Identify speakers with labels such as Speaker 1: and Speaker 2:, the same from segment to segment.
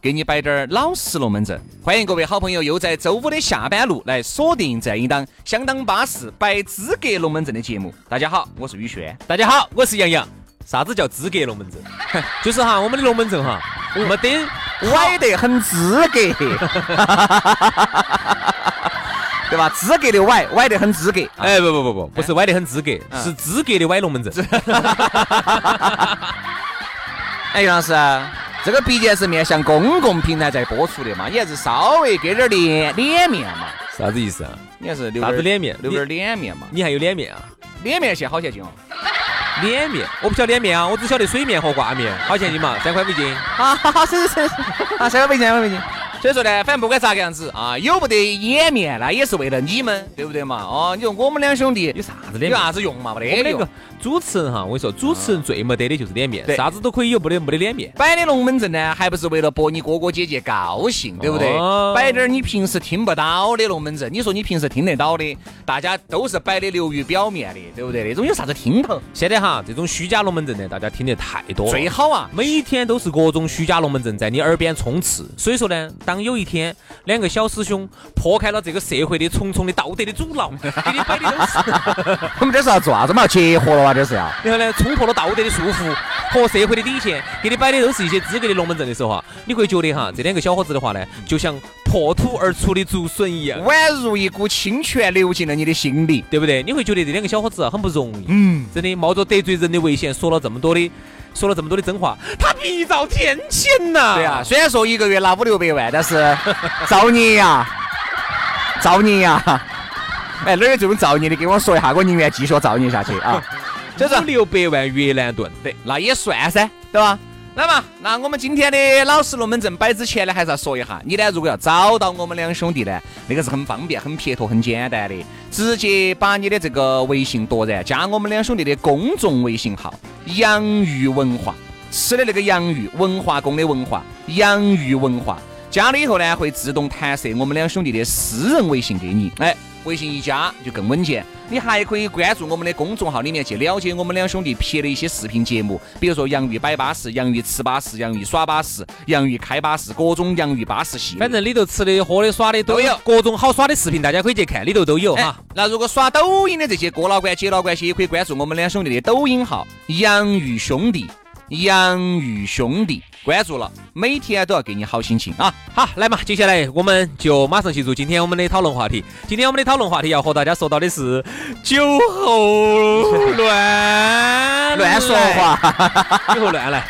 Speaker 1: 给你摆点儿老实龙门阵。欢迎各位好朋友又在周五的下班路来锁定这一档相当巴适、摆资格龙门阵的节目。大家好，我是宇轩。
Speaker 2: 大家好，我是杨洋。啥子叫资格龙门阵？就是哈，我们的龙门阵哈，没得
Speaker 1: 摆得很资格， 对吧？资格的歪，歪得很资格。哎，
Speaker 2: 哎，不啊不不不，不是歪得很资格，是资格的歪龙门阵。
Speaker 1: 哎，杨老师，这个毕竟是面向公共平台在播出的嘛，你还是稍微给点儿脸脸面嘛。
Speaker 2: 啥子意思啊？
Speaker 1: 你还是留
Speaker 2: 啥
Speaker 1: 点
Speaker 2: 子
Speaker 1: 儿
Speaker 2: 脸面
Speaker 1: 留点儿脸面嘛。
Speaker 2: 你还有脸面啊？
Speaker 1: 脸面现在好些劲哦。
Speaker 2: 脸面？啊我不晓得脸面啊，我只晓得水面和挂面，好钱一嘛，三块五斤。
Speaker 1: 啊，哈哈，是是是，啊，三百块钱，三百块钱。所以说呢，反正不管咋个样子啊，有不得颜面，那也是为了你们，对不对嘛？哦，你说我们两兄弟
Speaker 2: 有啥子脸
Speaker 1: 有
Speaker 2: 面？
Speaker 1: 啥子用嘛？
Speaker 2: 我
Speaker 1: 没
Speaker 2: 们
Speaker 1: 得
Speaker 2: 两
Speaker 1: 用
Speaker 2: 个。主持人哈，我跟你说，主持人最没得的就是脸面，
Speaker 1: 对
Speaker 2: 啥子都可以有，没得没得脸面。
Speaker 1: 摆的龙门阵呢，还不是为了博你哥哥姐姐高兴，对不对
Speaker 2: 哦？
Speaker 1: 摆点儿你平时听不到的龙门阵，你说你平时听得到的，大家都是摆的流于表面的，对不对？那种有啥子听头？
Speaker 2: 现在哈，这种虚假龙门阵呢，大家听得太多了，
Speaker 1: 最好啊，
Speaker 2: 每天都是各种虚假龙门阵在你耳边充斥。所以说呢，当有一天两个小师兄破开了这个社会的重重的道德的阻挠，给你摆的都是，
Speaker 1: 我们这是要做啥子嘛？结合了哇，这是要。
Speaker 2: 然后呢，冲破了道德的束缚和社会的底线，给你摆的都是一些资格的龙门阵的时候哈，你会觉得哈，这两个小伙子的话呢，就像破土而出的竹笋一样。
Speaker 1: 宛如一股清泉流进了你的心里。
Speaker 2: 对不对？你会觉得这两个小伙子啊很不容易，
Speaker 1: 嗯。
Speaker 2: 真的冒着得罪人的危险，说了这么多的，说了这么多的真话，他必遭天谴呐、
Speaker 1: 对啊，，虽然说一个月拿五六百万，但是 造孽呀，造孽呀！ 哎，哪儿有这种造孽的？给我说一下，我宁愿继续造孽下去啊！
Speaker 2: 这是六百万越南盾。
Speaker 1: 对，那也算噻，对吧？那么，那我们今天的老实龙门阵摆之前呢，还是要说一下，你呢如果要找到我们两兄弟呢，那个是很方便、很撇脱、很简单的，直接把你的这个微信夺然加我们两兄弟的公众微信号“洋芋文化”，吃的那个洋芋，文化宫的文化，洋芋文化。加了以后呢，会自动弹射我们两兄弟的私人微信给你，哎，微信一加就更稳健。你还可以关注我们的公众号里面去了解我们两兄弟拍的一些视频节目，比如说洋芋摆巴士、洋芋吃巴士、洋芋耍巴士、洋芋开巴士，各种洋芋巴士系列。
Speaker 2: 反正里头吃的、喝的、耍的都
Speaker 1: 都
Speaker 2: 有
Speaker 1: 有，
Speaker 2: 各种好耍的视频，大家可以去看，里头都有
Speaker 1: 哎
Speaker 2: 哦哈。，
Speaker 1: 那如果刷抖音的这些哥老倌、姐老倌些，也可以关注我们两兄弟的抖音号“洋芋兄弟”，洋芋兄弟关注了，每天都要给你好心情啊！
Speaker 2: 好，来嘛，接下来我们就马上进入今天我们的讨论话题。今天我们的讨论话题要和大家说到的是酒后乱
Speaker 1: 乱说，话，
Speaker 2: 酒后乱来。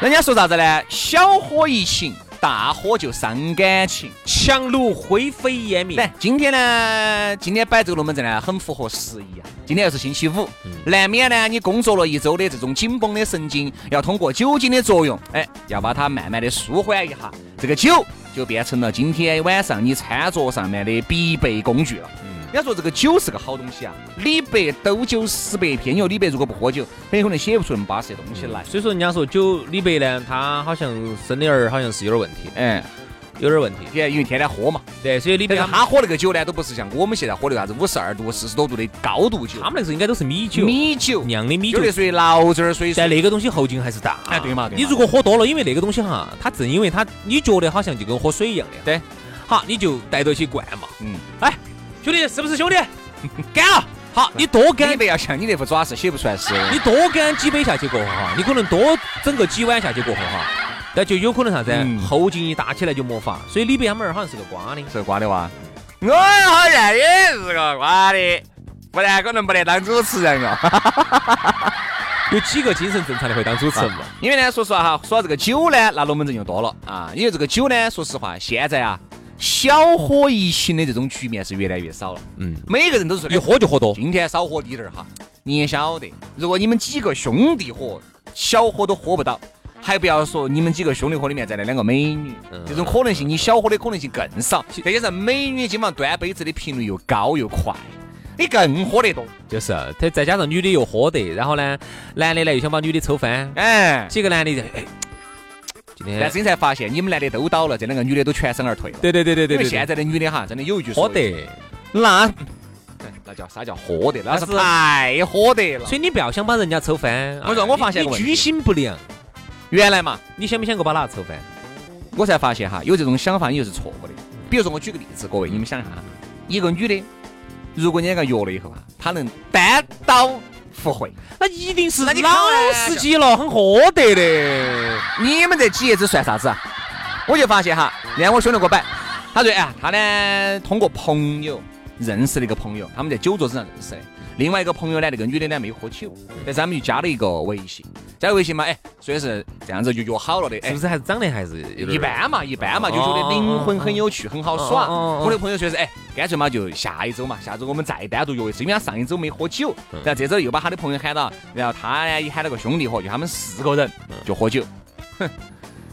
Speaker 1: 人家说啥子呢？小喝怡情，大喝就伤感情。
Speaker 2: 强弩灰飞烟灭。
Speaker 1: 来，今天呢，今天摆这个龙门阵呢，很符合时宜啊。今天又是星期五，难免呢，你工作了一周的这种紧绷的神经，要通过酒精的作用，哎，要把它慢慢的舒缓一下。这个酒就变成了今天晚上你餐桌上面的必备工具了。人家说这个酒是个好东西啊，李白斗酒诗百篇哟。李白如果不喝酒，很有可能写不出那么巴适的东西来。
Speaker 2: 所以说，人家说酒李白呢，他好像生的儿好像是有点问题，
Speaker 1: 哎，
Speaker 2: 有点问题。
Speaker 1: 天因为天天喝嘛，
Speaker 2: 对，所以李白
Speaker 1: 但是
Speaker 2: 他们
Speaker 1: 他喝那个酒呢，都不是像我们现在喝的啥子五十二度、四十多度的高度酒，
Speaker 2: 他们那个应该都是米酒，
Speaker 1: 米酒
Speaker 2: 酿的米
Speaker 1: 有
Speaker 2: 酒
Speaker 1: 的。属于醪汁儿，所以
Speaker 2: 但那个东西后劲还是大，啊
Speaker 1: 哎对嘛对嘛
Speaker 2: 你如果喝多了，因为那个东西哈，它正因为它，你觉得好像就跟喝水一样的，
Speaker 1: 对，
Speaker 2: 好，你就带着去灌嘛。
Speaker 1: 嗯，
Speaker 2: 兄弟，是不是兄弟？干了！好，你多干
Speaker 1: 李，白要像你那副爪子写不出来诗，
Speaker 2: 你多干几杯下去过后哈，你可能多整个几碗下去过后哈，那就有可能啥子
Speaker 1: 嗯？
Speaker 2: 后劲一打起来就没法。所以李白他们儿好像是个瓜的。
Speaker 1: 是瓜的哇。我好像 也是个瓜的，不然可能不得当主持人哦。
Speaker 2: 有几个精神正常的会当主持人嘛？
Speaker 1: 因为呢，说实话哈，说到这个酒呢，那龙门阵就多了啊。因为这个酒呢，说实话，现在啊，小喝怡情的这种局面是越来越少了。
Speaker 2: 嗯，
Speaker 1: 每个人都是说
Speaker 2: 一喝就喝多，
Speaker 1: 今天少喝滴点儿哈。你也晓得，如果你们几个兄弟伙小喝都喝不到，还不要说你们几个兄弟伙里面再来两个美女，
Speaker 2: 嗯
Speaker 1: 这种可能性你小喝的可能性更少。再加上美女基本上端杯子的频率又高又快，你更喝得多。
Speaker 2: 就是他再加上女的又喝得，然后呢，男的呢又想把女的抽翻，
Speaker 1: 哎，
Speaker 2: 几个男的就哎，今天
Speaker 1: 但是你才发现你们男的都倒了，这两个女的都全身而退了。
Speaker 2: 对对对对对
Speaker 1: 因为
Speaker 2: 对，
Speaker 1: 现在的女的哈，真的有一句说
Speaker 2: 喝得。
Speaker 1: 那哎那叫啥叫喝得，那是
Speaker 2: 那是
Speaker 1: 太喝得了。
Speaker 2: 所以你不要想把人家抽翻。
Speaker 1: 不是
Speaker 2: 啊
Speaker 1: 我发现
Speaker 2: 你
Speaker 1: 个
Speaker 2: 你
Speaker 1: 问题
Speaker 2: 居心不良，
Speaker 1: 原来嘛，
Speaker 2: 你想没想过把哪个抽翻？
Speaker 1: 我才发现哈，有这种想法你就是错误的。比如说，我举个例子，各位你们想一下，哈，一个女的，如果你两个约了以后啊，她能单刀赴会，
Speaker 2: 那一定是
Speaker 1: 那你啊
Speaker 2: 老司机了，很喝得的。
Speaker 1: 你们这几爷子算啥子啊？我就发现哈，你看我兄弟给我摆，他说哎呀，他呢通过朋友认识了一个朋友，他们在酒桌子上认识的。另外一个朋友呢，那个女的呢没有喝酒，但是他们就加了一个微信，加微信嘛，哎，所以是这样子就约好了的，
Speaker 2: 是
Speaker 1: 哎
Speaker 2: 不。是还是长得还是有点
Speaker 1: 一般嘛，一般嘛，就觉得灵魂很有趣，很好耍。
Speaker 2: 哦哦哦哦
Speaker 1: 我的朋友说是，哎，干脆嘛就下一周嘛，下周我们再单独约一次，因为他上一周没喝酒，
Speaker 2: 嗯
Speaker 1: 然后这周又把他的朋友喊到，然后他呢也喊了个兄弟伙，就他们四个人
Speaker 2: 嗯
Speaker 1: 就喝酒。哼，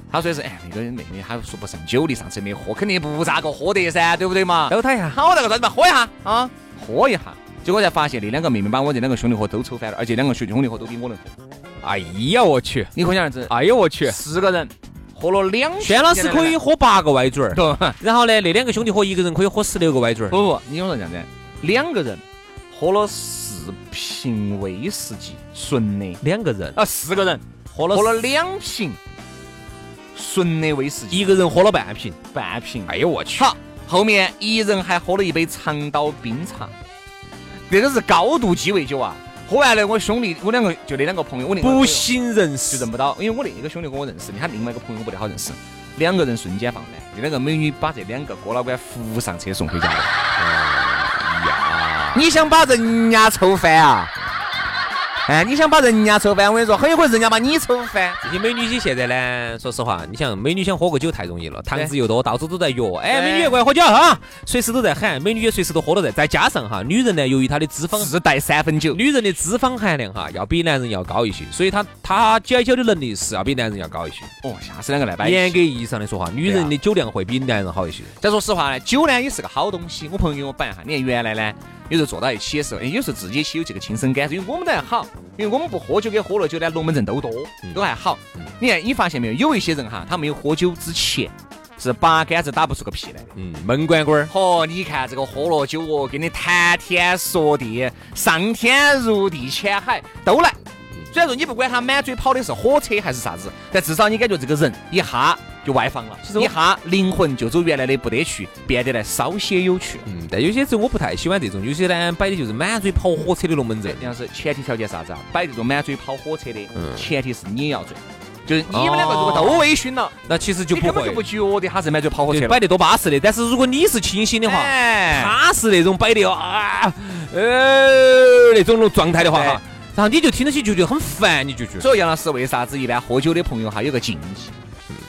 Speaker 1: 他说是，哎，那个妹妹她说不胜酒力，上次没喝，肯定不咋个喝得噻，对不对嘛？
Speaker 2: 撩他一下。
Speaker 1: 好，那个啥子嘛，喝一下
Speaker 2: 嗯
Speaker 1: 啊，喝一下。结果才发现那两个妹妹把我这两个兄弟伙都抽翻了，而且两个兄兄弟伙都比我能喝。
Speaker 2: 哎呀，我去！
Speaker 1: 你可想而知，
Speaker 2: 哎呀，我去！
Speaker 1: 四个人喝了两。
Speaker 2: 轩老师可以。喝八个歪嘴儿，
Speaker 1: 对，
Speaker 2: 然后呢，那两个兄弟伙一个人可以喝十六个歪嘴儿。
Speaker 1: 不不，你跟我说这样子，两个人喝了四瓶威士忌，纯的
Speaker 2: 两个人
Speaker 1: 啊，四个人
Speaker 2: 喝
Speaker 1: 喝
Speaker 2: 了，
Speaker 1: 了两瓶纯的威士忌，
Speaker 2: 一个人喝了半瓶。
Speaker 1: 半瓶。
Speaker 2: 哎呀，我去！
Speaker 1: 好，后面一人还喝了一杯长岛冰茶，这个是高度鸡尾酒啊。喝完了，我兄弟，我两个就那两个朋友，我另外一个
Speaker 2: 不
Speaker 1: 朋友
Speaker 2: 省人
Speaker 1: 就
Speaker 2: 事
Speaker 1: 认。不到，因为我另一个兄弟跟我认识的，他另外一个朋友我不太好认识，两个人瞬间放烂，那两个美女把这两个哥老倌扶上车送回家了。哎你想把人家抽翻啊？哎，你想把人家抽翻，我跟你说，很有可能人家把你抽翻。
Speaker 2: 这些美女些现在呢，说实话，你想美女想喝个酒太容易了，糖
Speaker 1: 对
Speaker 2: 脂又多，到处都在约。哎，
Speaker 1: 对
Speaker 2: 美女也过来喝酒啊，随时都在喊，美女也随时都喝到在。再加上哈，女人呢，由于她的脂肪
Speaker 1: 自带三分酒，
Speaker 2: 女人的脂肪含量哈要比男人要高一些，所以她她解酒的能力是要比男人要高一些。
Speaker 1: 哦，下次两个来摆。
Speaker 2: 严格意义上来说
Speaker 1: 啊
Speaker 2: 哈，女人的酒量会比男人好一些。
Speaker 1: 再说实话呢，酒呢也是个好东西。我朋友给我摆一下，你看原来呢，有时候坐到一起的时候，哎，有时候自己起有这个亲身感受，因为我们都还好，因为我们不喝酒跟喝了酒呢，龙门阵都多，都还好。你看，你发现没有？有一些人哈，他没有喝酒之前是八竿子打不出个屁来的。
Speaker 2: 嗯，闷滚滚儿。
Speaker 1: 哦，你看这个喝了酒哦，跟你谈天说地，上天入地浅海都来。虽然说你不管他满嘴跑的是火车还是啥子，但至少你感觉这个人一哈就外放了
Speaker 2: 其实，我
Speaker 1: 一哈灵魂就走原来的不得去，变得来稍些有趣。
Speaker 2: 嗯，但有些时候我不太喜欢这种，有些呢摆的就是满嘴跑火车的龙门阵。
Speaker 1: 杨是前提条件是啥子啊？摆这种满嘴跑火车的，
Speaker 2: 嗯
Speaker 1: 前提是你也要醉。就是你们两个如果都微醺了，
Speaker 2: 那其实就
Speaker 1: 你
Speaker 2: 不
Speaker 1: 哎根本
Speaker 2: 会
Speaker 1: 就不觉得他是满嘴跑火车
Speaker 2: 就
Speaker 1: 了。
Speaker 2: 摆得多巴适的。但是如果你是清醒的话，
Speaker 1: 哎
Speaker 2: 他是那种摆的啊，呃那种状态的话哈
Speaker 1: 对，
Speaker 2: 然后你就听到起就觉得很烦，你就觉得。
Speaker 1: 所以杨老师为啥子一般喝酒的朋友哈有个禁忌？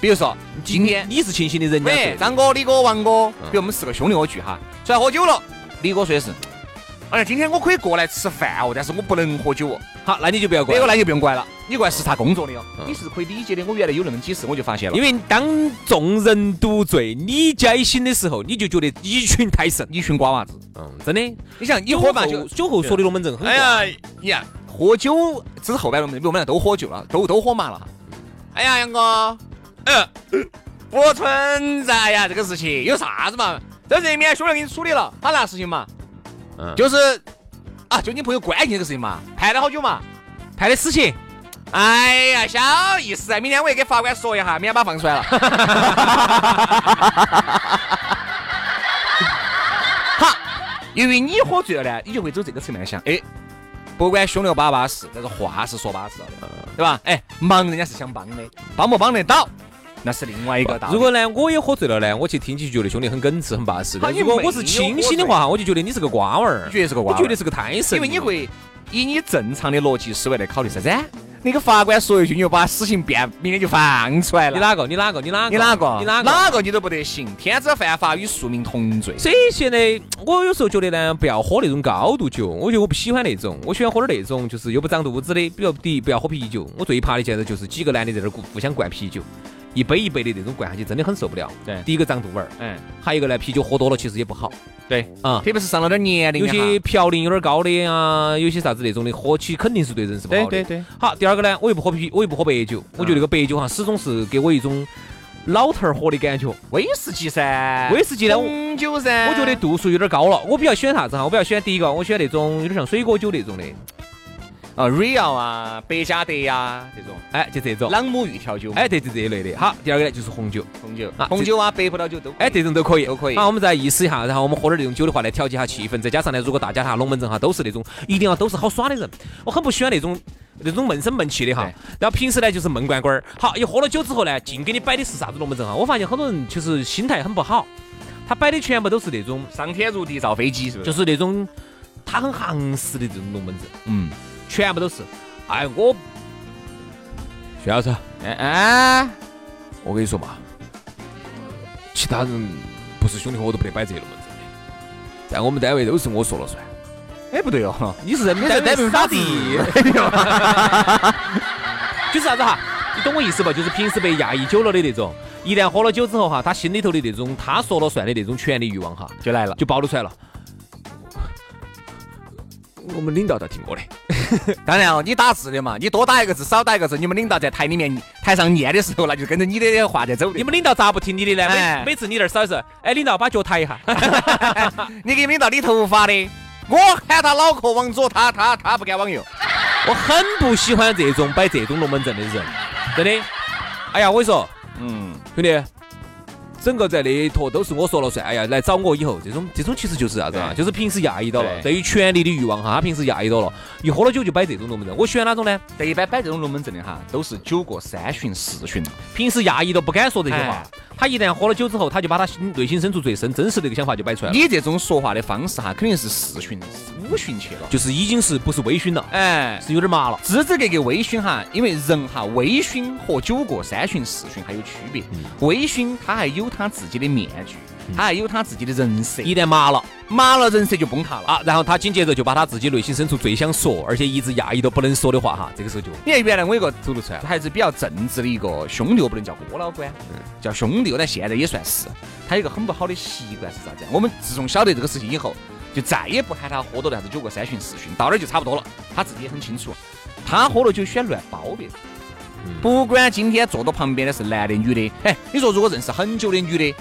Speaker 1: 比如说今天
Speaker 2: 你是清醒的，人家
Speaker 1: 喂
Speaker 2: 是，
Speaker 1: 张哥、李哥、王哥，
Speaker 2: 嗯
Speaker 1: 比如我们四个兄弟伙聚哈，出来喝酒了。李哥说的是，哎呀，今天我可以过来吃饭哦，但是我不能喝酒哦。
Speaker 2: 好，那你就不要过
Speaker 1: 那
Speaker 2: 来
Speaker 1: 个呢，你就不用怪了，你过来视察工作的哦。
Speaker 2: 嗯
Speaker 1: 你是可以理解的。我原来有那么几次，我就发现了
Speaker 2: 因，为当众人独醉，你摘星的时候，你就觉得一群太盛。
Speaker 1: 一群瓜娃子，
Speaker 2: 嗯，真的，
Speaker 1: 你想一
Speaker 2: 酒
Speaker 1: 喝吧
Speaker 2: 后
Speaker 1: 就，
Speaker 2: 酒后说的龙门阵很
Speaker 1: 哎
Speaker 2: 怪。
Speaker 1: 呀，你看喝酒之后半龙门阵，比如我们俩都喝酒了，都都喝麻了哈。哎呀，杨哥，嗯，不存在呀，这个事情有啥子嘛？在这里啊面兄弟给你处理了，他啥事情嘛？
Speaker 2: 嗯
Speaker 1: 就是啊，就你朋友关心这个事情嘛，判了好久嘛？
Speaker 2: 拍的死刑，
Speaker 1: 哎呀，小意思啊！明天我也给法官说一下，明天把他放出来了。 好，由于你喝醉了呢，你就会走这个层面想，哎，不管凶六巴巴适，但是话是说巴适了的，对吧？哎，忙人家是想帮的，帮不帮得到，那是另外一个道理。
Speaker 2: 如果呢，我也喝醉了呢，我去听起就觉得兄弟很耿直，很巴适。
Speaker 1: 好
Speaker 2: 但如果
Speaker 1: 你没
Speaker 2: 我是清醒的话，我就觉得你是个瓜娃儿
Speaker 1: 你，觉得是个娃娃
Speaker 2: 我觉得是个胎神。
Speaker 1: 因为你会以你正常的逻辑思维来考虑啥子？那个法官说一句，你就把死刑辩明天就放出来
Speaker 2: 你
Speaker 1: 了。
Speaker 2: 哪个？你哪个？你哪个？
Speaker 1: 你哪个？
Speaker 2: 你哪个？
Speaker 1: 哪个你都不得行，天子犯法与庶民同罪。
Speaker 2: 所以现在我有时候觉得呢，不要喝那种高度酒，我觉得我不喜欢那种，我喜欢喝点那种就是又不长肚子的，比如第一不要喝啤酒，我最怕的现在就是几个男的在那儿互互相灌啤酒，一杯一杯的那种灌下去，真的很受不了。
Speaker 1: 对
Speaker 2: 第一个长肚腩儿，
Speaker 1: 嗯，
Speaker 2: 还有一个呢，啤酒喝多了其实也不好。
Speaker 1: 对
Speaker 2: 啊、
Speaker 1: 特别是上了点年龄
Speaker 2: 有
Speaker 1: 的哈，
Speaker 2: 些嘌呤有点高的啊，有些啥子那种的，喝起肯定是对人是不好
Speaker 1: 对
Speaker 2: 的。
Speaker 1: 对对，
Speaker 2: 好，第二个呢，我又不喝啤，我又不喝白酒，我觉得那个白酒哈，始终是给我一种老头儿喝的感觉。
Speaker 1: 威士忌噻，
Speaker 2: 威士忌呢我
Speaker 1: 红酒噻，
Speaker 2: 我觉得度数有点高了。我比较喜欢啥子哈？我比较喜欢第一个，我喜欢那种有点像水果酒那种的，
Speaker 1: 啊，Real 啊，百加得呀这种，
Speaker 2: 哎，就这种。
Speaker 1: 朗姆玉调酒，
Speaker 2: 哎，，对，就这一类的。好，第二个呢就是红酒，
Speaker 1: 红酒
Speaker 2: 啊，
Speaker 1: 红酒啊，白葡萄酒都，
Speaker 2: 哎，，这种都可以，
Speaker 1: 都可以
Speaker 2: 好，我们再意思一下，然后我们喝点这种酒的话，来调节一下气氛。再加上呢，如果大家哈龙门阵哈都是那种一定要都是好耍的人，我很不喜欢那种那种闷声闷气的哈
Speaker 1: 对。
Speaker 2: 然后平时呢就是闷罐罐儿。好，一喝了酒之后呢，净给你摆的是啥子龙门阵哈？我发现很多人其实心态很不好，他摆的全部都是那种
Speaker 1: 上天入地造飞机是不？
Speaker 2: 就是是那种他很行式的这种龙门阵。
Speaker 1: 嗯，
Speaker 2: 全部都是。哎，我薛老师，
Speaker 1: 哎哎，
Speaker 2: 我跟你说嘛，其他人不是兄弟伙都不得摆这龙门阵的，在我们单位都是我说了算。
Speaker 1: 哎不对哦，
Speaker 2: 你是在 你
Speaker 1: 你在单位打字，
Speaker 2: 就是啥子哈？你懂我意思吧？就是平时被压抑久了的那种，一旦喝了酒之后哈，他心里头的那种他说了算的那种权利欲望哈，
Speaker 1: 就来了，
Speaker 2: 就暴露出来了。我们领导在听我的，
Speaker 1: 当然哦，你打字的嘛，你多打一个字，少打一个字，你们领导在台里面台上念的时候，那就跟着你的话在走的
Speaker 2: 你。们领导咋不听你的呢？
Speaker 1: 哎
Speaker 2: 每每次你那儿少一次，哎，领导把脚抬一下。
Speaker 1: 你给你们领导理头发的，我喊他脑壳往左，他他他不敢往右。
Speaker 2: 我很不喜欢这种摆这种龙门阵的人，真的。哎呀，我跟你说，
Speaker 1: 嗯，
Speaker 2: 兄弟，整个在那一坨都是我说了算。哎呀，来找我以后，这种这种其实就是啥子啊？
Speaker 1: 对
Speaker 2: 就是平时压抑到了，对
Speaker 1: 对
Speaker 2: 于权力的欲望哈，他平时压抑到了，一喝了酒就摆这种龙门阵。我喜欢哪种呢？
Speaker 1: 但一般摆这种龙门阵的哈，都是酒过三巡四巡。
Speaker 2: 平时压抑到不敢说这些话
Speaker 1: 哎，
Speaker 2: 他一旦喝了酒之后，他就把他心内心深处最深真实的一个想法就摆出来了，
Speaker 1: 你这种说话的方式哈，肯定是四巡五巡去了。
Speaker 2: 就是已经是不是微醺了，
Speaker 1: 哎，
Speaker 2: 是有点麻了。
Speaker 1: 支支格格微醺哈，因为人哈微醺和酒过三巡四巡还有区别。微醺他还有他自己的面具，他还有他自己的人设，
Speaker 2: 一旦麻了
Speaker 1: 麻了人设就崩塌了。
Speaker 2: 啊，然后他紧接着就把他自己内心深处最想说，而且一直压抑到不能说的话哈，这个时候就
Speaker 1: 你看原来我有个
Speaker 2: 走不出来了。
Speaker 1: 还是比较正直的一个兄弟，我不能叫哥老倌，
Speaker 2: 嗯
Speaker 1: 叫兄弟，但现在也算是。他有一个很不好的习惯是啥子？啊我们自从晓得这个事情以后，就再也不喊他喝多了啥子酒过三巡四巡，到那儿就差不多了。他自己也很清楚，他喝了酒喜欢乱包别人。
Speaker 2: 嗯
Speaker 1: 不管今天坐到旁边的是男的女的，哎，你说如果认识很久的女的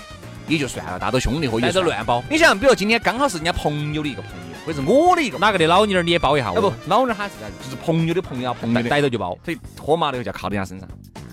Speaker 1: 也就算了，大家都兄弟伙也啊
Speaker 2: 来这
Speaker 1: 就算了。
Speaker 2: 乱包。
Speaker 1: 你想，比如今天刚好是人家朋友的一个朋友，或者是我的一个朋友，
Speaker 2: 哪个的老娘儿你也包一下
Speaker 1: 哎
Speaker 2: 我，
Speaker 1: 不，老人他是啥子？就是朋友的朋友啊，朋友
Speaker 2: 逮
Speaker 1: 的。
Speaker 2: 逮到就包。
Speaker 1: 所以喝麻了以后就要靠到人家身上。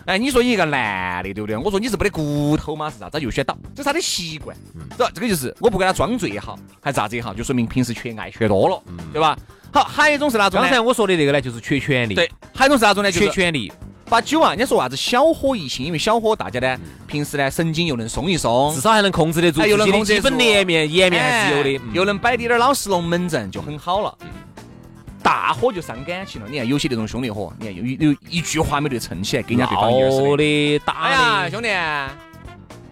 Speaker 1: 哎，你说你一个男的，对不对？我说你是没得骨头吗？是啥子？他又选倒，这是他的习惯，
Speaker 2: 嗯
Speaker 1: 是吧？这个就是我不给他装醉也好，还是啥子也好，就说明平时缺爱缺多了，对吧？好，还有一种是哪
Speaker 2: 嗯
Speaker 1: 种
Speaker 2: 刚才
Speaker 1: 呢？
Speaker 2: 我说的那个呢，就是缺权利，
Speaker 1: 对，，还有一种是啥种呢？就
Speaker 2: 缺
Speaker 1: 是
Speaker 2: 权利，
Speaker 1: 把酒啊，人家说啥子小喝怡情，因为小喝大家呢，
Speaker 2: 嗯
Speaker 1: 平时呢神经又能松一松
Speaker 2: 至，少还能控制得住
Speaker 1: 哎又能
Speaker 2: 自己的
Speaker 1: 控制得
Speaker 2: 基本
Speaker 1: 住
Speaker 2: 脸面，颜面还是有
Speaker 1: 哎
Speaker 2: 的，嗯
Speaker 1: 又能摆点点老实龙门阵，就很好了。大喝就伤感情了，你看有些那种兄弟伙，你看有有有一句话没得蹭起来，给人家对方一耳屎
Speaker 2: 闹的
Speaker 1: 哎呀，
Speaker 2: 打的，
Speaker 1: 兄弟，嗯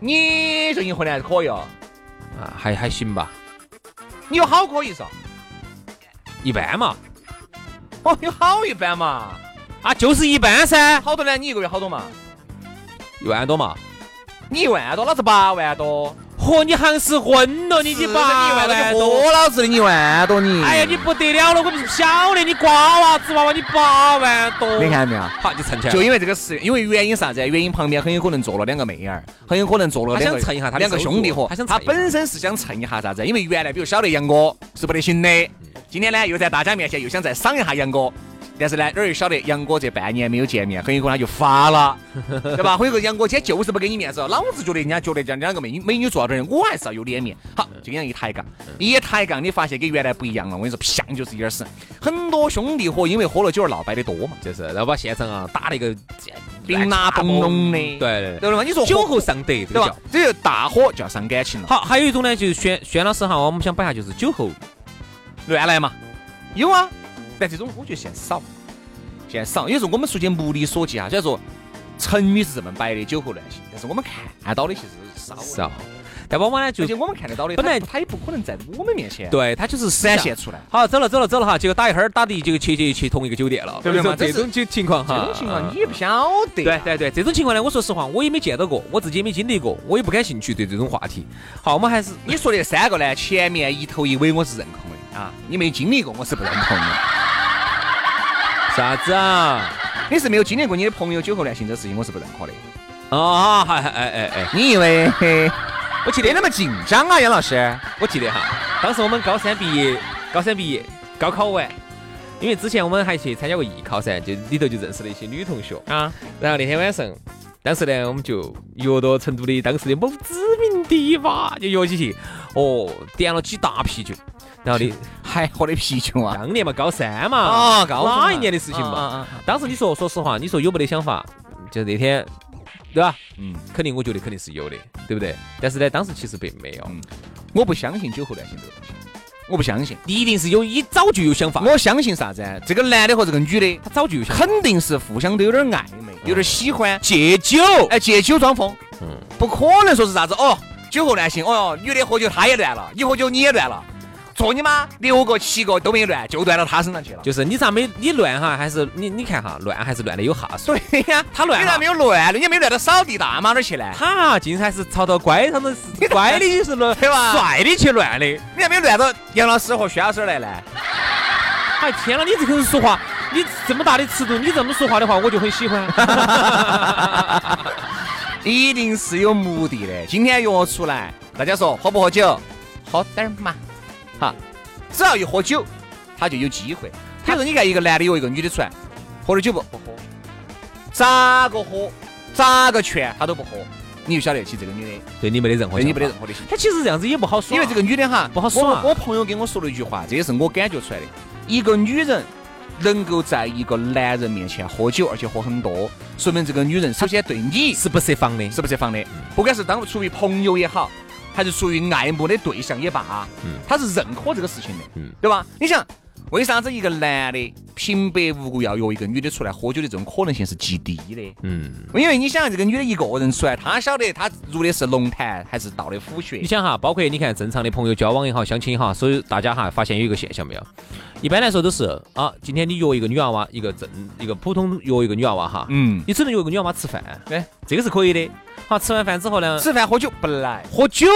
Speaker 1: 你最近混的还是可以哦，
Speaker 2: 啊还还行吧，
Speaker 1: 你有好可以嗦，
Speaker 2: 一般嘛，
Speaker 1: 哦，有好一般嘛，
Speaker 2: 啊就是一般噻，
Speaker 1: 好多呢，你一个月好多嘛？
Speaker 2: 一万多嘛。
Speaker 1: 你一万多，老子八万多，
Speaker 2: 嚯，你行市混了，你
Speaker 1: 是
Speaker 2: 你
Speaker 1: 的
Speaker 2: 八
Speaker 1: 你一万
Speaker 2: 万
Speaker 1: 多，
Speaker 2: 多。
Speaker 1: 我老子的你一万多你，
Speaker 2: 哎呀，你不得了了！我不晓得你瓜娃子娃娃，你八万多，
Speaker 1: 你，看到没有？
Speaker 2: 好就蹭起来了，
Speaker 1: 就因为这个事，因为原因啥子？原因旁边很有可能坐了两个妹儿，很有可能坐了两个
Speaker 2: 他想蹭一下他的
Speaker 1: 两个
Speaker 2: 收入
Speaker 1: 兄弟伙。
Speaker 2: 他想蹭
Speaker 1: 他
Speaker 2: 一下
Speaker 1: 本身是想蹭一下啥子？因为原来比如晓得杨哥是不得
Speaker 2: 嗯
Speaker 1: 行的，今天呢又在大家面前又想再赏一下杨哥，但是呢哪儿又晓得杨哥这半年没有见面，很有可能他就发了，对吧？很有可能杨哥今天就是不给你面子，老子觉得人家觉得这两个美美女坐到这儿，我还是要有脸面。好，就这样一抬杠，
Speaker 2: 嗯
Speaker 1: 一抬杠，你发现跟原来不一样了。我跟你说，啪就是一点屎。很多兄弟伙因为喝了酒而闹掰的多嘛。
Speaker 2: 就是，然后把现场啊打了一个
Speaker 1: 叮
Speaker 2: 乱
Speaker 1: 啦
Speaker 2: 七八
Speaker 1: 嘣咚的
Speaker 2: 对对
Speaker 1: 对吧？你说
Speaker 2: 对，
Speaker 1: 喝
Speaker 2: 酒后上德，这
Speaker 1: 对
Speaker 2: 个叫
Speaker 1: 吧。？这就大火就要伤感情了，
Speaker 2: 好，还有一种呢，就是轩轩老师哈，我们想摆一下，就是酒后
Speaker 1: 乱来嘛。有啊，但这种我觉得现在少，现在少。也就是我们出去目的所及啊，虽然说成语是这么摆的，酒后乱性，但是我们看到的其实少了
Speaker 2: 少，但往往呢就
Speaker 1: 而且我们看得到的，
Speaker 2: 本来
Speaker 1: 他也不可能在我们面前
Speaker 2: 对啊他就是闪
Speaker 1: 展现出来。
Speaker 2: 好，走了走了走了哈，结果打一会儿打的，结果去去去同一个酒店了，
Speaker 1: 对不对嘛
Speaker 2: 这
Speaker 1: 这是
Speaker 2: 种就情况啊
Speaker 1: 这
Speaker 2: 哈，
Speaker 1: 种情况你也不晓得
Speaker 2: 对
Speaker 1: 呀。
Speaker 2: 对对，这种情况呢，我说实话，我也没见到过，我自己也没经历过，我也不感兴趣对这种话题。好，我们还是
Speaker 1: 你说的三个呢，前面一头一尾我是认同的啊，你没经历过我是不认同的。
Speaker 2: 啥子啊？
Speaker 1: 你是没有经历过你的朋友酒后乱性这事情，我是不认可的。
Speaker 2: 啊，哎哎哎哎，
Speaker 1: 你以为嘿我记得那么紧张啊，杨老师？
Speaker 2: 我记得哈，当时我们高三毕业，高三毕业，高考完，因为之前我们还去参加过艺考噻，就里头就认识了一些女同学啊。然后那天晚上，当时呢，我们就约到成都的当时的某知名地吧，就约起去，哦，点了几大啤酒，然后呢，
Speaker 1: 还喝的啤酒啊？
Speaker 2: 当年嘛，高三嘛，
Speaker 1: 啊高中嘛
Speaker 2: 哪一年的事情嘛？
Speaker 1: 啊啊啊
Speaker 2: 当时你说，说实话，你说有没得想法？就那天，对吧？
Speaker 1: 嗯，
Speaker 2: 肯定我觉得肯定是有的，对不对？但是呢，当时其实并没有，
Speaker 1: 嗯我不相信酒后乱性这个东西，我不相信。
Speaker 2: 你一定是有，一早就有想法，
Speaker 1: 我相信啥子？这个男的和这个女的，
Speaker 2: 他早就有想法，
Speaker 1: 肯定是互相都有点暧昧，有点喜欢，
Speaker 2: 戒酒，
Speaker 1: 哎，借酒装疯。
Speaker 2: 嗯，
Speaker 1: 不可能说是啥子哦，酒后乱性，哦哟，女的喝酒她也乱了，你喝酒你也乱了，做你妈六个七个都没乱，就乱到她身上 去了。
Speaker 2: 就是你咋没你乱哈？还是你你看哈，乱还是乱的有哈数。
Speaker 1: 对哎呀、
Speaker 2: 他乱
Speaker 1: 你咋
Speaker 2: 哈
Speaker 1: 没，有乱呢？你没乱到扫地大妈那儿去呢？
Speaker 2: 他竟然还是朝到乖他们是乖的就是 乱，
Speaker 1: 对吧
Speaker 2: 帅的去乱的，
Speaker 1: 你咋没有乱到杨老师和薛老师来呢？
Speaker 2: 哎天哪，你这个人说话，你这么大的尺度，你这么说话的话，我就很喜欢。
Speaker 1: 一定是有目的的。今天约出来，大家说喝不喝酒？喝点儿嘛，哈，只要一喝酒，他就有机会。比如说，你看一个男的约一个女的出来，喝点酒不？不喝，咋个喝，咋个劝他都不喝，你就晓得起这个女的
Speaker 2: 对你没得任何，
Speaker 1: 对你没得
Speaker 2: 任
Speaker 1: 任。何的兴趣。
Speaker 2: 他其实这样子也不好说，啊
Speaker 1: 因为这个女的哈
Speaker 2: 不好耍
Speaker 1: 我我朋友跟我说了一句话，这也是我感觉出来的。一个女人能够在一个男人面前喝酒，而且喝很多，说明这个女人首先对你
Speaker 2: 是不设防的。
Speaker 1: 是不是放的？
Speaker 2: 嗯
Speaker 1: 不管是当出于朋友也好，还是出于爱慕的对象也罢，
Speaker 2: 嗯
Speaker 1: 他是认可这个事情的，
Speaker 2: 嗯
Speaker 1: 对吧？你想，为啥子一个男的平白无故要约一个女的出来喝酒的这种可能性是极低的？
Speaker 2: 嗯。
Speaker 1: 因为你想，这个女的一个人出来，她晓得她入的是龙潭还是到的虎穴
Speaker 2: 你，想哈，包括你看正常的朋友交往也好，相亲也好，所以大家哈发现有一个现象没有？一般来说都是啊，今天你约一个女娃娃，一个正一个普通约一个女娃娃哈，
Speaker 1: 嗯，
Speaker 2: 你只能约一个女娃娃吃饭，
Speaker 1: 对，
Speaker 2: 这个是可以的。好，吃完饭之后呢，
Speaker 1: 吃饭喝酒不来，
Speaker 2: 喝酒，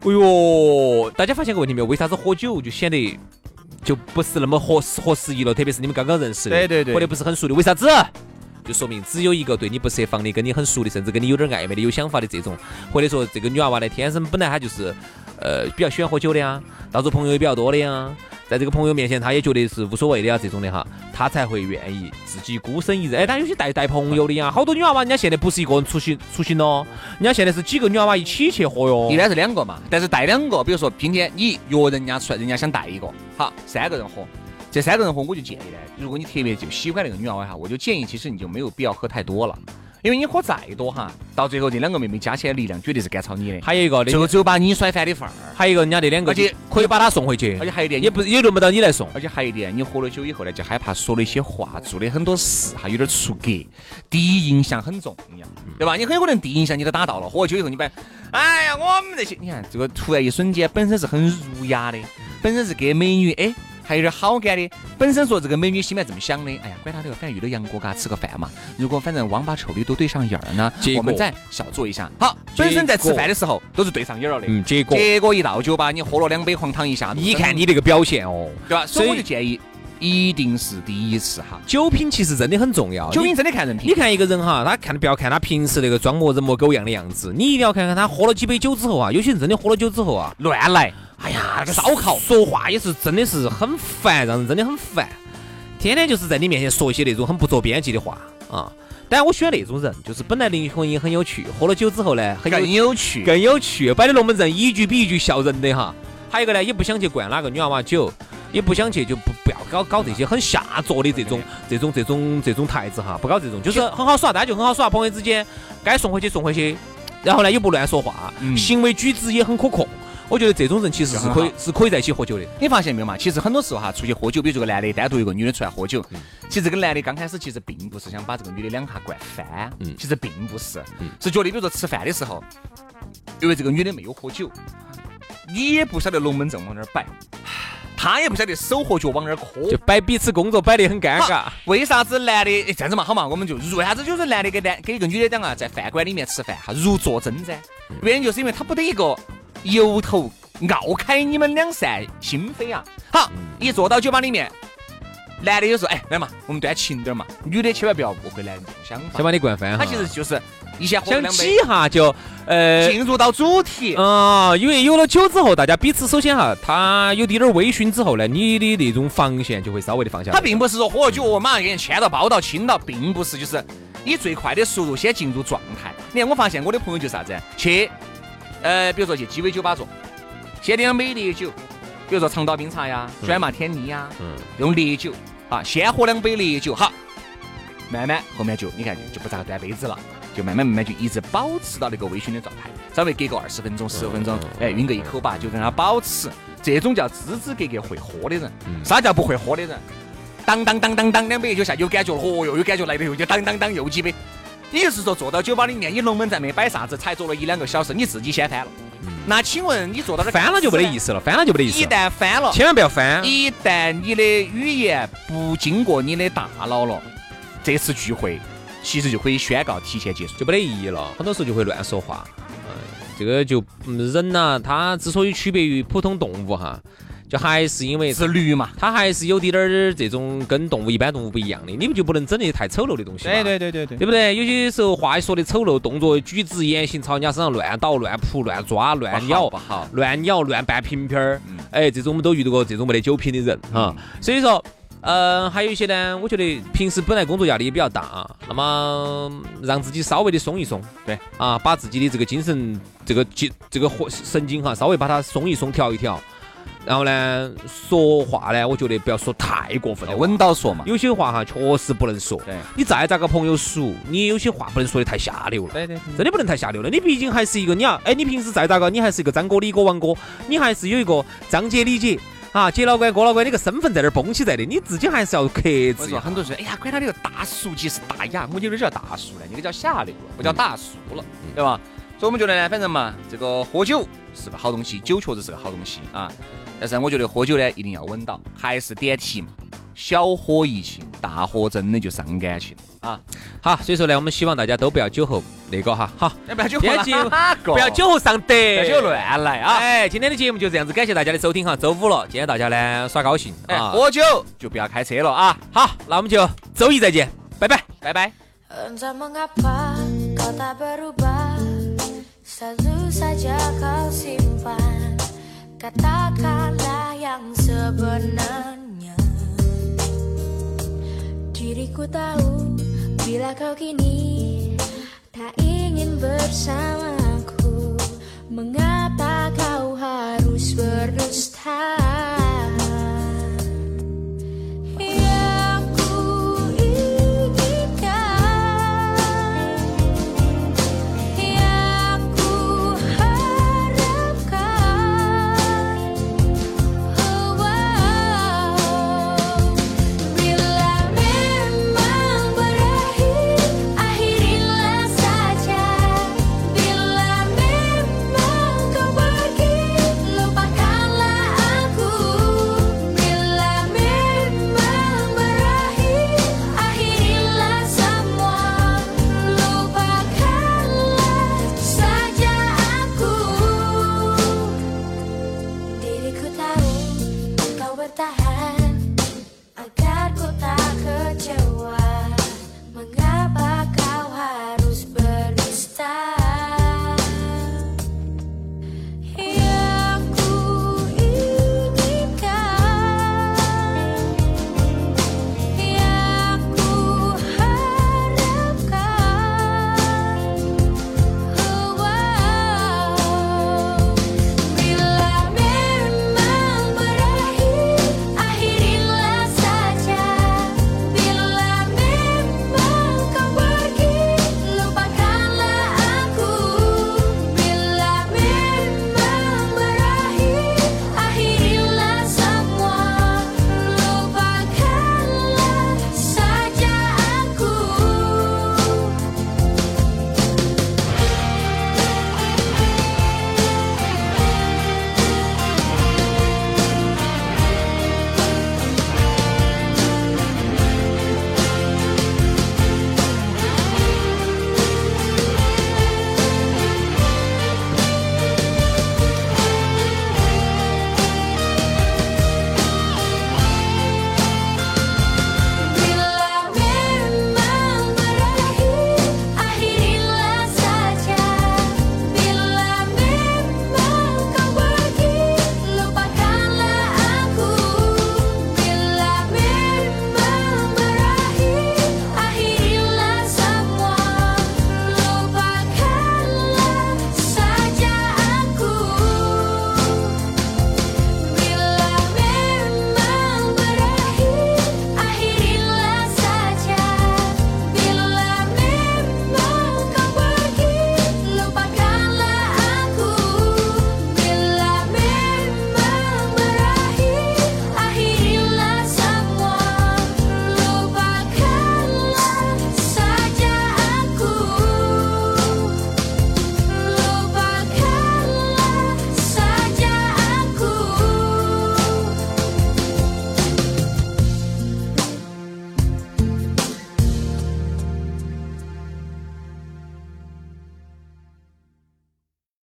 Speaker 2: 哎呦，大家发现个问题没有？为啥子喝酒就显得就不是那么合适合时宜了？特别是你们刚刚认识的，
Speaker 1: 对对对
Speaker 2: 或者不是很熟的，为啥子？就说明只有一个对你不设防的，跟你很熟的，甚至跟你有点暧昧的、有想法的这种，或者说这个女娃娃呢，天生本来她就是，呃，比较喜欢喝酒的呀，到处朋友也比较多的呀，在这个朋友面前，她也觉得是无所谓的呀，这种的哈，她才会愿意自己孤身一人。哎，她有些带带朋友的呀，好多女娃娃人家现在不是一个人出行出行咯，人家现在是几个女娃娃一起去喝哟。
Speaker 1: 一般是两个嘛，但是带两个，比如说今天你约人家出来，人家想带一个，好，三个人喝。这三个人喝，我就建议呢，如果你特别就喜欢那个女娃娃哈，我就建议其实你就没有必要喝太多了，因为你喝再多哈，到最后这两个妹妹加起来力量绝对是赶超你的，
Speaker 2: 还有一个那
Speaker 1: 最后只有把你甩翻的份儿。
Speaker 2: 还有一个人家那两个，
Speaker 1: 而且
Speaker 2: 可以把他送回去，
Speaker 1: 而且还有一点，
Speaker 2: 也不也轮不到你来送。
Speaker 1: 而且还有一点，你喝了酒以后呢，就害怕说了一些话，做的很多事还有点出格，第一印象很重要，
Speaker 2: 嗯
Speaker 1: 对吧？你很有可能第一印象你都打到了，喝了酒以后你把，哎呀，我们这些，你看这个突然一瞬间，本身是很儒雅的，本身是给美女哎。还有点好感的，本身说这个美女心里面这么想的，哎呀，管他的，反正遇到杨哥嘎吃个饭嘛。如果反正王八臭的都对上眼儿呢
Speaker 2: 结，果
Speaker 1: 我们再小酌一下。好，本身在吃饭的时候都是对上眼儿了的，
Speaker 2: 嗯，结果
Speaker 1: 结果一到酒吧，你喝了两杯黄汤一下，
Speaker 2: 一看你那个表现哦，
Speaker 1: 对吧？所以
Speaker 2: 所
Speaker 1: 我
Speaker 2: 以
Speaker 1: 就建议，一定是第一次哈。
Speaker 2: 酒品其实真的很重要。
Speaker 1: 酒品真的看人
Speaker 2: 你，你
Speaker 1: 品，
Speaker 2: 看一个人哈，他看不要看他平时那个装模人模狗样的样子，你一定要看看他喝了几杯酒之后啊，有些人真的喝了酒之后啊，
Speaker 1: 乱来，
Speaker 2: 哎呀，那个
Speaker 1: 烧烤
Speaker 2: 说话也是真的是很烦，让人真的很烦，天天就是在你面前说一些那种很不着边际的话啊。但我喜欢那种人，就是本来灵魂也很有趣，喝了酒之后呢，很有
Speaker 1: 更有趣。
Speaker 2: 更有趣，摆的龙门阵一句比一句笑人的哈。还有一个呢，也不想去灌哪个女娃娃酒，也不想去就不不要搞搞这些很下作的这
Speaker 1: 哎
Speaker 2: 种这种这种这种台子哈，不搞这种，就是很好耍，大家就很好耍，朋友之间该送回去送回去，然后呢又不乱说话，
Speaker 1: 嗯
Speaker 2: 行为举止也很可控。我觉得这种人其实是
Speaker 1: 就很
Speaker 2: 可以
Speaker 1: 好
Speaker 2: 是可以在一起喝酒的。
Speaker 1: 你发现没有嘛？其实很多时候哈，出去喝酒，比如这个男的单独一个女的出来喝酒，其实这个男的刚开始其实并不是想把这个女的两下灌翻，
Speaker 2: 嗯
Speaker 1: 其实并不是，
Speaker 2: 嗯
Speaker 1: 是觉得比如说吃饭的时候，因为这个女的没有喝酒，你也不晓得龙门阵往哪儿摆，他也不晓得手和脚往哪儿磕，
Speaker 2: 就摆彼此工作摆得很尴尬
Speaker 1: 好。为啥子男的哎这样子嘛？好嘛，我们就为啥子就是男的跟男跟一个女的两个在饭馆里面吃饭哈，如坐针毡？原因就是因为他不得一个由头拗开你们两扇心扉啊！好，一坐到酒吧里面，男的有时候哎来嘛，我们端勤点儿嘛，女的千万不要误会男人这种想
Speaker 2: 先
Speaker 1: 法，
Speaker 2: 把你灌翻哈
Speaker 1: 他。其实就是一先喝
Speaker 2: 想
Speaker 1: 两
Speaker 2: 挤
Speaker 1: 杯，
Speaker 2: 一下就呃。
Speaker 1: 进入到主题。
Speaker 2: 啊、因为有了酒之后，大家彼此首先哈，他有滴点儿微醺之后呢，你的那种防线就会稍微的放下
Speaker 1: 他
Speaker 2: 来。
Speaker 1: 并不是说喝了酒我马上给人牵到抱到亲到，并不是，就是以最快的速度先进入状态。你看，我发现我的朋友就是啥子，去，呃，比如说去鸡尾酒吧坐，先点美烈酒，比如说长岛冰茶呀、酸麻天尼呀，
Speaker 2: 嗯，
Speaker 1: 用烈酒啊，先喝两杯烈酒，好，慢慢后面就你看就就不咋个端杯子了。就慢慢慢慢就一直保持到那个微醺的状态，稍微隔个二十分钟、十五分钟，哎，晕个一口吧，就让它保持。这种叫支支格格会喝的人，啥叫不会喝的人？当当当当当，两杯就下，有感觉了，哦哟，有感觉来了，又就当当当又几杯。也就是说，坐到酒吧里面，你龙门阵没摆啥子，才坐了一两个小时，你自己先翻了。那请问你坐到这儿
Speaker 2: 翻了就没得意
Speaker 1: 思
Speaker 2: 思了，翻了就没得意思
Speaker 1: 一
Speaker 2: 了，
Speaker 1: 旦翻了，
Speaker 2: 千万不要翻。
Speaker 1: 一旦你的语言不经过你的大脑了，这次聚会其实就可以宣告提前结束。
Speaker 2: 就没得意义了，很多时候就会乱说话。嗯，这个就嗯人呐、他之所以区别于普通动物哈，就还是因为
Speaker 1: 自律嘛，
Speaker 2: 他还是有滴点儿这种跟动物一般动物不一样的，你们就不能整那些太丑陋的东西嘛。
Speaker 1: 对对对，
Speaker 2: 对不对？有些时候话一说的丑陋，动作举止言行朝人家身上乱倒、乱扑、乱抓、乱咬
Speaker 1: 不、哦好，
Speaker 2: 乱咬、乱拌瓶瓶儿。哎，这种我们都遇到过这种没得酒品的人哈。所以说，呃，还有一些呢，我觉得平时本来工作压力也比较大，那么嗯让自己稍微的松一松，
Speaker 1: 对
Speaker 2: 啊，把自己的这个精神、这个精、这个活神经哈，稍微把它松一松、调一调。然后呢，说话呢，我觉得不要说太过分了，
Speaker 1: 稳到说嘛。
Speaker 2: 有些话哈，确实不能说。
Speaker 1: 对
Speaker 2: 你再咋个朋友熟，你有些话不能说的太下流了。
Speaker 1: 对对，
Speaker 2: 真的不能太下流了，你毕竟还是一个，你要，哎，你平时再咋个，你还是一个张哥、李哥、王哥，你还是有一个张姐、李姐，啊，姐老倌、哥老倌那个身份在那儿绷起在的，你自己还是要克制
Speaker 1: 我
Speaker 2: 一
Speaker 1: 说
Speaker 2: 下。
Speaker 1: 很多人说，哎呀，管他那个大叔即是大雅，我觉得叫大叔呢，那个叫下流了，不叫大叔了，对吧？所以我们觉得呢，反正嘛，这个喝酒是个好东西，酒确实是个好东西啊。但是我觉得喝酒呢，一定要稳到，还是点题嘛，小喝怡情，大喝真的就伤感情啊。
Speaker 2: 好，所以说呢，我们希望大家都不要酒后那个哈，好，
Speaker 1: 哎，不要酒
Speaker 2: 别
Speaker 1: 喝
Speaker 2: 急
Speaker 1: 哪个
Speaker 2: 不要酒后上德，
Speaker 1: 不要酒乱来啊！
Speaker 2: 哎，今天的节目就这样子，感谢大家的收听哈，周五了，今天大家呢耍高兴
Speaker 1: 哎，
Speaker 2: 啊。
Speaker 1: 喝酒就不要开车了啊！
Speaker 2: 好，那我们就周一再见，拜拜。
Speaker 1: 拜拜。
Speaker 3: Entah mengapa kau tak berubah Selalu saja kau simpan Katakanlah yang sebenarnya Diriku tahu bila kau kini Tak ingin bersamaku Mengapa kau harus berdusta